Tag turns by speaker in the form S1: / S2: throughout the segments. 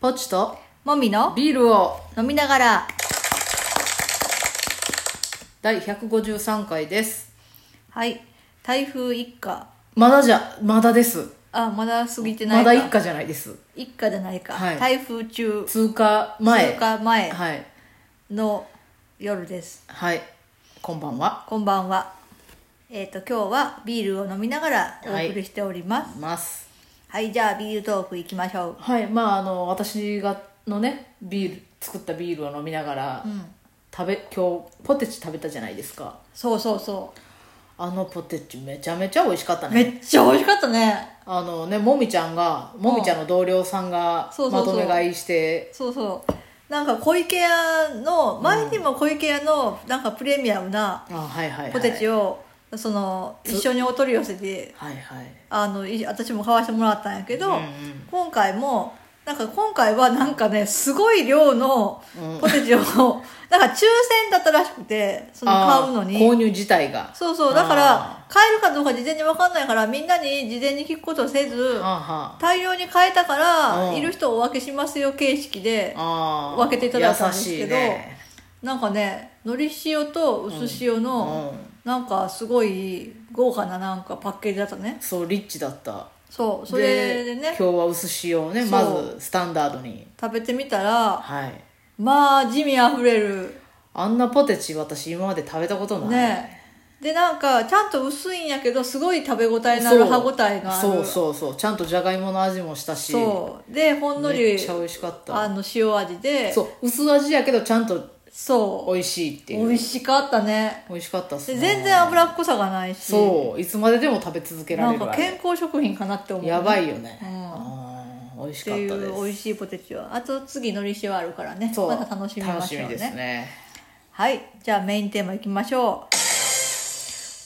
S1: ポチと
S2: もみの
S1: ビールを
S2: 飲みながら
S1: 第153回です
S2: はい台風一過
S1: まだじゃまだです
S2: あまだ過ぎてな
S1: ま
S2: いか
S1: だ一家じゃないです
S2: 一過じゃないか、
S1: はい
S2: 台風中
S1: 通過前
S2: 通過前
S1: はい
S2: の夜です
S1: はいこんばんは
S2: こんばんはえっ、と今日はビールを飲みながらお送りしております
S1: ます
S2: はい、じゃあビールトーク行きましょう
S1: はいまああの私がのねビール作ったビールを飲みながら、食べ今日ポテチ食べたじゃないですか
S2: そうそうそ
S1: あのポテチめちゃめちゃ美味しかった
S2: う
S1: ね
S2: めっちゃ美味しかったね
S1: あのねもみちゃんがもみちゃんの同僚さんが
S2: そうそ
S1: ま
S2: うそう
S1: とめ買いして
S2: そうそうなんか小池屋の前にも小池屋のなんかプレミアムな
S1: あはいはいはい
S2: ポテチをその一緒にお取り寄せて
S1: はいはい
S2: あのい私も買わせてもらったんやけど、
S1: うんうん
S2: 今回もなんか今回はなんかねすごい量の
S1: うん
S2: ポテチを、 なんか抽選だったらしくてその
S1: あー
S2: 買うの
S1: 購
S2: に
S1: 入自体が
S2: そうそうだから
S1: あ
S2: 買えるかどうか事前に分かんないからみんなに事前に聞くことをせず
S1: あ
S2: 大量に買えたか
S1: う
S2: ら
S1: ん
S2: いる人をお分けしますよ形式で
S1: ーあー
S2: 分けていただいたんです
S1: 優し
S2: けど
S1: いね
S2: なんかねのり塩と薄塩
S1: う
S2: の、
S1: ん、
S2: なんかすごい豪華ななんかパッケージだったね
S1: そうリッチだった
S2: そうそれでね
S1: 今日は薄塩をね
S2: そう
S1: まずスタンダードに
S2: 食べてみたら
S1: はい
S2: まあ地味あふれる
S1: あんなポテチ私今まで食べたことない
S2: ねでなんかちゃんと薄いんやけどすごい食べ応えのある歯応えがある
S1: そうそうそうちゃんとじゃがいもの味もしたし
S2: そうでほんの
S1: め
S2: り
S1: っちゃ美味しかった
S2: あの塩味で
S1: そう薄味やけどちゃんと
S2: そう
S1: 美味しいっていう
S2: 美味しかったね
S1: 美味しかったっす
S2: で
S1: ね
S2: 全然脂っこさがないし
S1: そういつまででも食べ続けら
S2: な
S1: れ
S2: ん
S1: る
S2: か
S1: あ
S2: 健
S1: れ
S2: 康食品かなって思う
S1: やばいよね、
S2: うん
S1: あー美味し
S2: って
S1: かったで
S2: いう美
S1: す
S2: 味しいポテチはあと次のり塩あるからね
S1: そう
S2: また楽しみましょう
S1: 楽みです
S2: ね
S1: ね
S2: はいじゃあメインテーマいきましょ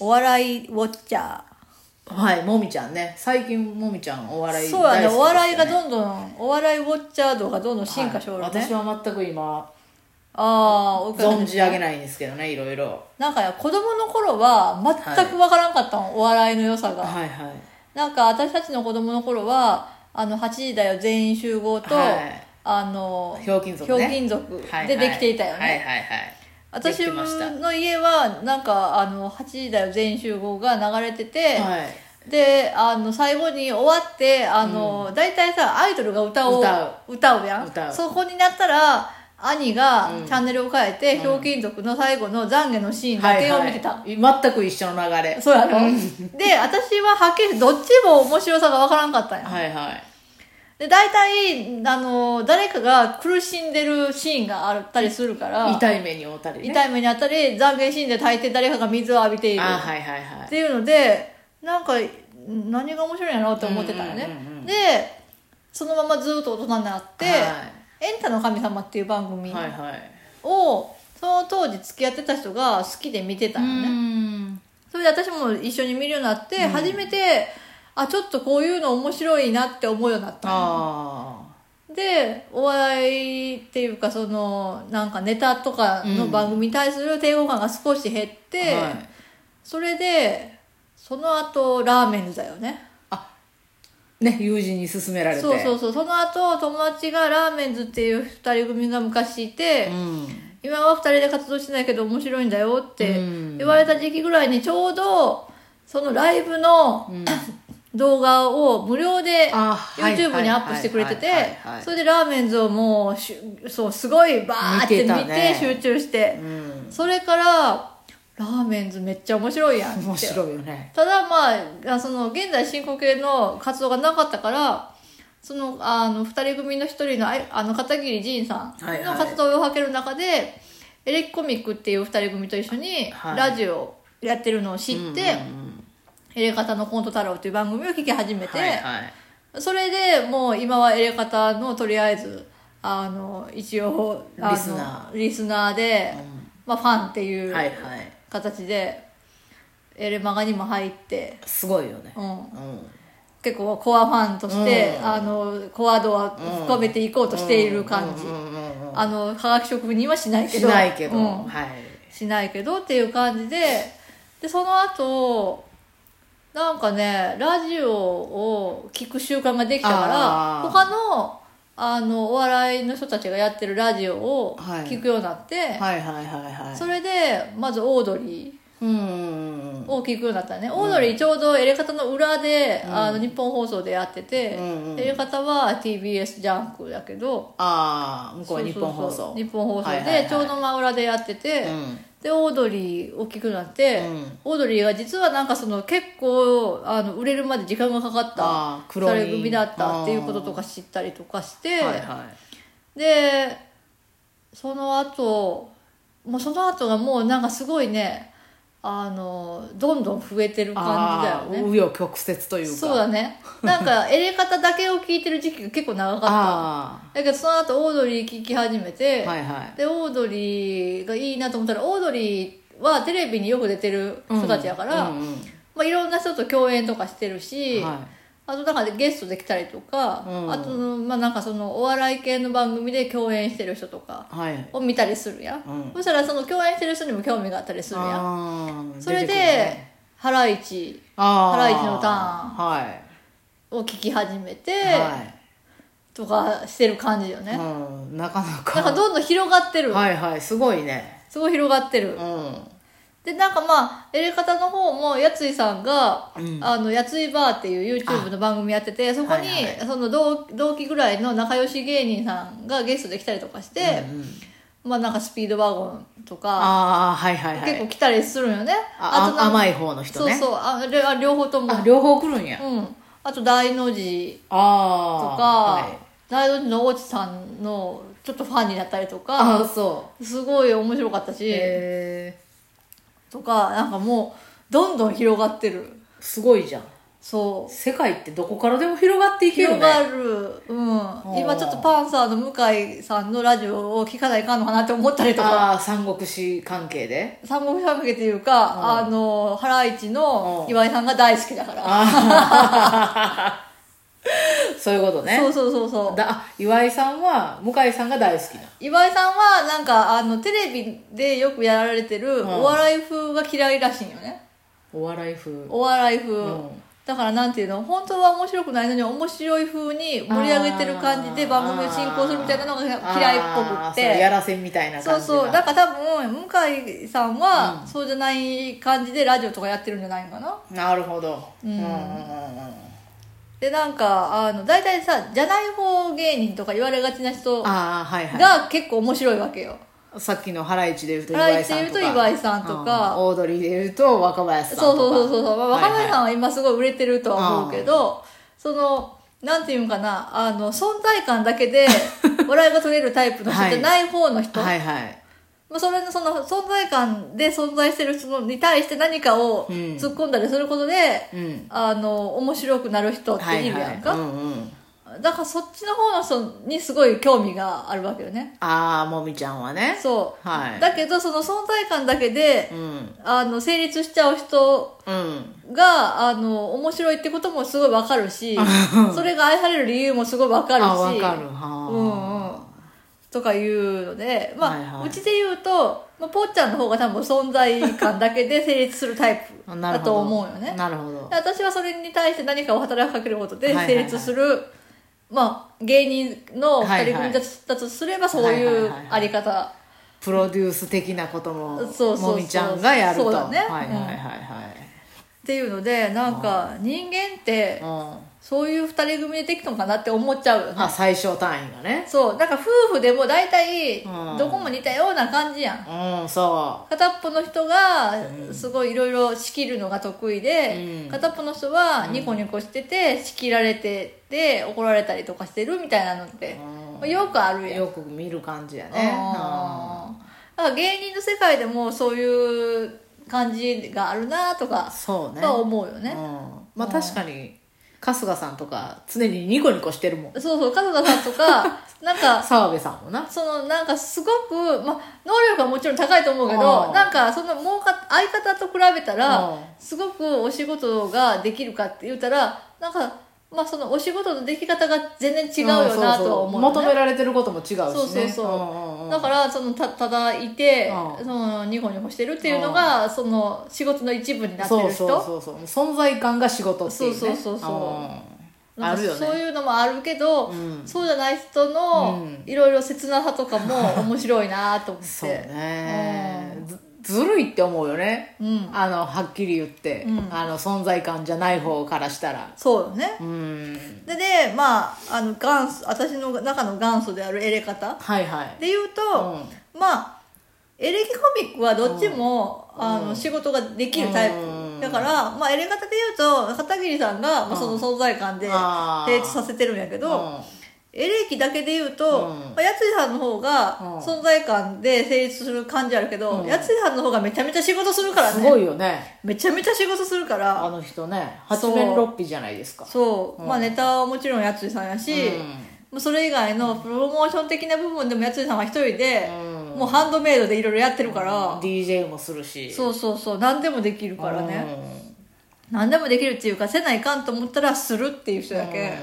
S2: うお笑いウォッチャー
S1: はいもみちゃんね最近もみちゃんお笑い
S2: そうやね
S1: 大好きですよ
S2: お笑いがどんどんお笑いウォッチャー度がどんどん進化しよるね、
S1: はい私は全く今
S2: ああ追いかけて
S1: 存じ上げないんですけどねいろいろ
S2: なんかや子供の頃は全くわからんかったの、お笑いの良さが、
S1: はいはい
S2: なんか私たちの子供の頃はあの8時だよ全員集合と、
S1: はい
S2: あの
S1: ひょうきん族ね
S2: ひょうきん族
S1: はい
S2: でできていたよね、
S1: はいはいはいでき
S2: 私
S1: てました
S2: の家はなんかあの8時だよ全員集合が流れてて、
S1: はい
S2: であの最後に終わってあの、大体さアイドルが歌を
S1: 歌
S2: うやん
S1: 歌う
S2: そこになったら兄が
S1: うん
S2: チャンネルを変えて、ひょうきん族の最後の懺悔のシーンだけを見てた、
S1: はいはい、全く一緒の流れ
S2: そうやろ、で私ははっきりどっちも面白さがわからんかったんや、
S1: はいはい
S2: で大体あの誰かが苦しんでるシーンがあったりするから
S1: 痛い目に遭うたり、ね、
S2: 痛い目にあったり懺悔シーンで大抵誰かが水を浴びている
S1: あはいはいは
S2: っ
S1: い
S2: ていうのでなんか何が面白いんやろうって思ってたよね、
S1: うんうんうんうん
S2: でそのままずっと大人になって「
S1: は
S2: エンタの神様」っていう番組
S1: い、
S2: を、
S1: はいはい
S2: その当時付き合ってた人が好きで見てたのね、
S1: ん
S2: それで私も一緒に見るようになって、初めてあちょっとこういうの面白いなって思うようになったの
S1: あ
S2: でお笑いっていうかそのなんかネタとかの番組に対する抵抗感が少し減っ
S1: あ
S2: て、
S1: はい、
S2: それでその後ラーメンズだよね
S1: ね友人に勧められて
S2: そうそうそうその後友達がラーメンズっていう2人組が昔いて、
S1: うん、
S2: 今は2人で活動してないけど面白いんだよって
S1: うん
S2: 言われた時期ぐらいにちょうどそのライブの、動画を無料で
S1: あはい
S2: YouTube にアップしてくれてて
S1: はいはいはいはい
S2: それでラーメンズをもうしゅそうすごいバーっ
S1: 見
S2: て
S1: てた
S2: 見て
S1: ね
S2: 集中して
S1: うん、
S2: それからラーメンズめっちゃ面白いやんって
S1: 面白いよね
S2: ただまああその現在進行形の活動がなかったからそのあの2人組の1人のあいあの片桐仁さん
S1: はいは
S2: の
S1: い
S2: 活動をかける中で、エレキコミックっていう2人組と一緒に
S1: はい
S2: ラジオをやってるのを知って
S1: う
S2: 「
S1: んうんうん
S2: エレカタのコント太郎」っていう番組を聞き始めて、
S1: はいはい
S2: それでもう今はエレカタのとりあえずあの一応あの
S1: リスナ
S2: リスナーで、まあ、ファンってい
S1: うん
S2: う
S1: はいはい
S2: 形で、エレマガにも入って。
S1: すごいよね
S2: うん
S1: うん
S2: 結構コアファンとして、
S1: うん
S2: あのコア度は深めていこうとしている感じ、
S1: うんうんうんうん
S2: あの化学食にはしないけ
S1: し
S2: ど
S1: ないけど、
S2: うん
S1: はい
S2: しないけどっていう感じででその後なんかねラジオを聞く習慣ができたから
S1: あー
S2: 他のあのお笑いの人たちがやってるラジオを
S1: はい
S2: 聞くようになって、
S1: はいはいはいはい
S2: それでまずオードリ
S1: うんうん
S2: ーを聞くようになったね、オードリーちょうどエレカタの裏で、あの日本放送でやってて、
S1: うんうん
S2: エレカタは TBS ジャンクだけど
S1: ああ向こうは日本放
S2: そうそうそう
S1: 送
S2: 日本放送
S1: はいはいは
S2: で
S1: い
S2: ちょうど真裏でやってて、
S1: うん
S2: でオードリーを聞くようになって、
S1: うん
S2: オードリーが実はなんかその結構あの売れるまで時間がかか
S1: あー
S2: った
S1: 苦労人
S2: れ組だったっていうこととか知ったりとかして、
S1: はいはい
S2: でその後もうその後がもうなんかすごいねあのどんどん増えてる感じだよ
S1: あー
S2: ね
S1: 紆余曲折というか
S2: そうだねなんかエレカタだけを聞いてる時期が結構長かっ
S1: あ
S2: ただけどその後オードリー聞き始めて、
S1: あはいはい
S2: でオードリーがいいなと思ったらオードリーはテレビによく出てる人たちやから、
S1: うんうん
S2: まあ、いろんな人と共演とかしてるし、
S1: は
S2: あとなんかゲストで来たりとか、
S1: うん
S2: あとまあなんかそのお笑い系の番組で共演してる人とか
S1: いはい
S2: を見たりするやん、
S1: うん
S2: そしたらその共演してる人にも興味があったりするやん
S1: あー
S2: それ
S1: 出て
S2: で
S1: くるね
S2: 「ハライチ
S1: あ
S2: ハライチのターン
S1: はい」
S2: を聞き始めて、
S1: は
S2: とかしてる感じよ
S1: い、
S2: ね、
S1: うん、なかなか
S2: なんかどんどん広がってる、
S1: はいはいすごいね
S2: すごい広がってる、
S1: うん
S2: でなんかまあエレカタの方もやついさんが「
S1: うん
S2: あのやついバー」っていう YouTube の番組やっててそこに、
S1: はいは
S2: その同同期ぐらいの仲良し芸人さんがゲストで来たりとかして、まあなんかスピードワゴンとか、
S1: ああはいはいはい
S2: 結構来たりするんよね
S1: あ
S2: と
S1: あ
S2: なんか
S1: 甘い方の人
S2: そう
S1: ね
S2: そうあれあ両方とも
S1: あ両方来るんや、
S2: うんあと大の字
S1: あ
S2: とか、
S1: あはい
S2: 大の字の大地さんのちょっとファンになったりと
S1: あ
S2: か
S1: ーそう
S2: すごい面白かったし、
S1: へえ
S2: とかなんかもうどんどん広がってる
S1: すごいじゃん
S2: そう
S1: 世界ってどこからでも広がっていけるね
S2: 広がる、うん
S1: ん
S2: 今ちょっとパンサーの向井さんのラジオを聞かないかんのかなって思ったりとか
S1: ああ三国志関係で
S2: 三国三けっていうか、あのハライチの
S1: うん
S2: 岩井さんが大好きだから、
S1: そういうことね
S2: そうそうそうそう
S1: だあ岩井さんは向井さんが大好きな
S2: 岩井さんはなんかあのテレビでよくやられてる
S1: ん
S2: お笑い風が嫌いらしいんよね
S1: お笑い風
S2: お笑い風、
S1: うん
S2: だからなんていうの本当は面白くないのに面白い風に盛り上げてる感じで番組を進行するみたいなのが嫌いっぽく
S1: あ
S2: っ
S1: ーそう
S2: て
S1: やらせみたいな
S2: そ
S1: 感
S2: う
S1: じ
S2: そうだ
S1: が
S2: から多分向井さんは、そうじゃない感じでラジオとかやってるんじゃないのかな
S1: なるほどうんうんうんうん
S2: でなんかあの大体さじゃない方芸人とか言われがちな人が
S1: ああはいは
S2: 結構面白いわけよ、
S1: いさっきのハライチで言うと
S2: ハラ
S1: 岩
S2: イ
S1: 井
S2: チで
S1: さん
S2: 言う
S1: と
S2: と
S1: か
S2: 岩井さんとか
S1: うんオードリーで言うと若林さんと
S2: そ
S1: か
S2: うそうそうそうそう、まあ、若林さ
S1: ん
S2: んは今すごい売れてるとは思うけど、そのなんていうんかなあの存在感だ けで笑いが取れるタイプの人じゃない方の人、
S1: はいはい
S2: まあ、それのその存在感で存在してる人に対して何かを
S1: うん
S2: 突っ込んだりすることで、
S1: うん
S2: あの面白くなる人っているやんか、
S1: はいはいうんうん
S2: だからそっちの方の人にすごい興味があるわけよね
S1: ああもみちゃんはね
S2: そう、
S1: はい
S2: だけどその存在感だけで
S1: う、ん
S2: あの成立しちゃう人
S1: うん
S2: があの面白いってこともすごいわかるしそれが愛される理由もすごいわかるし
S1: あわかる
S2: うんうん
S1: は
S2: とかいうのでまあ、
S1: はいはいう
S2: ちで言うと、まあ、ぽっちゃんの方が多分存在感だけ で成立するタイ
S1: あ
S2: プ
S1: なる
S2: だ
S1: ほど
S2: と思うよね
S1: なるほど
S2: で私はそれに対して何かを働きかけることで
S1: はいはい
S2: 成
S1: はい
S2: 立する、まあ、芸人の
S1: はい
S2: 2
S1: はい
S2: 人組だだとすればそうい
S1: はいはいうはいはい
S2: あり方
S1: プロデュース的なことも
S2: そうそうそう
S1: もみちゃんがやると
S2: そうだね
S1: はいはい
S2: うん
S1: はいはい
S2: っていうのでなんか人間って
S1: う
S2: そういう2人組でできたのかなって思っちゃうよ
S1: ん、あ
S2: ね
S1: 最小単位がね
S2: そうなんか夫婦でも大体
S1: うん
S2: どこも似たような感じやん
S1: うんそ
S2: 片っぽの人がすごいいろいろ仕切るのが得意で、
S1: うん
S2: 片っぽの人はニコニコしてて仕切られてて怒られたりとかしてるみたいなのって
S1: うん
S2: よくある
S1: う
S2: やん
S1: よく見る感じやね
S2: あーだから芸人の世界でもそういう感じがあるなと
S1: うん
S2: か
S1: そうね
S2: は思うよ
S1: うん
S2: ね、
S1: まあ確かに春日さんとか常にニコニコしてるもん
S2: そうそう角田さん とかなんか
S1: 澤部さんもな
S2: そのなんかすごく、まあ、能力はもちろん高いと思うけ
S1: う
S2: ど
S1: ん
S2: なんかそのもうか相方と比べた
S1: うん
S2: らすごくお仕事ができるかって言ったらなんか、まあ、そのお仕事のでき方が全然違うよなとは思う,、
S1: んそそ求められてることも違うしね
S2: そうそうそう、
S1: んうんうん
S2: だからそのたただいて、
S1: うん
S2: そのニコニコしてるっていうのが、その仕事の一部になってる人
S1: そうそうそうそう存在感が仕事っていう、ね、
S2: そうそうそうそな
S1: あ
S2: んか
S1: るよね
S2: そういうのもあるけど、
S1: うん
S2: そうじゃない人の
S1: うん
S2: いろいろ切なさとかも面白いなと思って
S1: そうね、ずずるいって思うよね
S2: うん、
S1: あのはっきり言って、
S2: うん
S1: あの存在感じゃない方からしたら
S2: そうよね
S1: うん
S2: ででまああの元祖私の中の元祖であるエレ方
S1: はいはい
S2: でいうと、まあエレキコミックはどっちも、あの仕事ができるタイプ、
S1: うん
S2: だから、まあ、エレ方でいうと片桐さんが、まあ、その存在感で
S1: あー
S2: 提示させてるんやけ
S1: うん
S2: ど、エレキだけで言うと、
S1: うん
S2: まあ、やついさんの方が
S1: うん
S2: 存在感で成立する感じあるけど、
S1: うん
S2: やついさんの方がめちゃめちゃ仕事するから
S1: すご
S2: ね
S1: いよね
S2: めちゃめちゃ仕事するか
S1: あ
S2: ら
S1: の人ね八面六臂じゃないですか
S2: そう、
S1: うん
S2: まあネタはもちろんやついさんやし、まあそれ以外のプロモーション的な部分でもやついさんは一人で、
S1: うん
S2: もうハンドメイドでいろいろやってるから、
S1: DJ もするし
S2: そうそうそう何でもできる
S1: う
S2: からね、何でもできるっていうかせないかんと思ったらするっていう人
S1: ん
S2: だけ、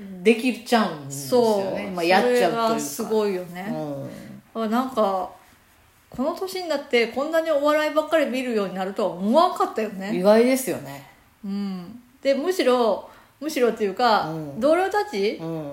S1: うんできちゃうんです
S2: そう
S1: よね、まあ、やっちゃうとい
S2: それ
S1: う
S2: が
S1: か
S2: すごいよね、
S1: うん
S2: あなんかこの年になってこんなにお笑いばっかり見るようになるとは思わんかったよ
S1: 意
S2: ね、
S1: 外ですよね
S2: うん、でむしろむしろっていうか、
S1: うん
S2: 同僚たち
S1: うん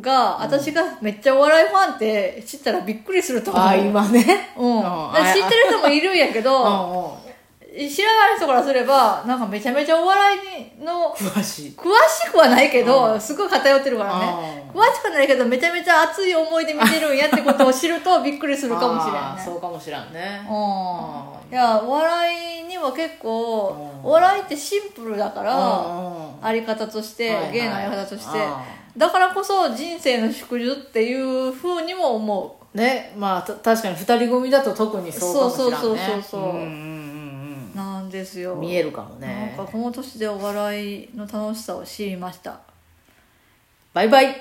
S2: が、私がめっちゃお笑いファンって知ったらびっくりすると思う、
S1: あ今ね
S2: うん
S1: うん
S2: だから知ってる人もいるんやけ
S1: うんう
S2: ど
S1: ん
S2: 知らない人からすればなんかめちゃめちゃお笑いの
S1: 詳しい
S2: 詳しくはないけど、すごい偏ってるからね、
S1: う
S2: 詳しくはないけどめちゃめちゃ熱い思いで見てるんやってことを知るとびっくりするかもしれ
S1: あ
S2: ない
S1: ー
S2: ね
S1: そうかもしらんね
S2: うんいやお笑いには結構
S1: うん
S2: お笑いってシンプルだから
S1: あ
S2: あり方として
S1: はいはい
S2: 芸のあり方として
S1: あ
S2: だからこそ人生の祝辞っていうふうにも思
S1: ねまあた確かに二人組だと特にそうかもしらんね
S2: そうそうそうそうそうん
S1: うん
S2: うなんですよ
S1: うん見えるかもね
S2: なんかこの年でお笑いの楽しさを知りました
S1: バイバイ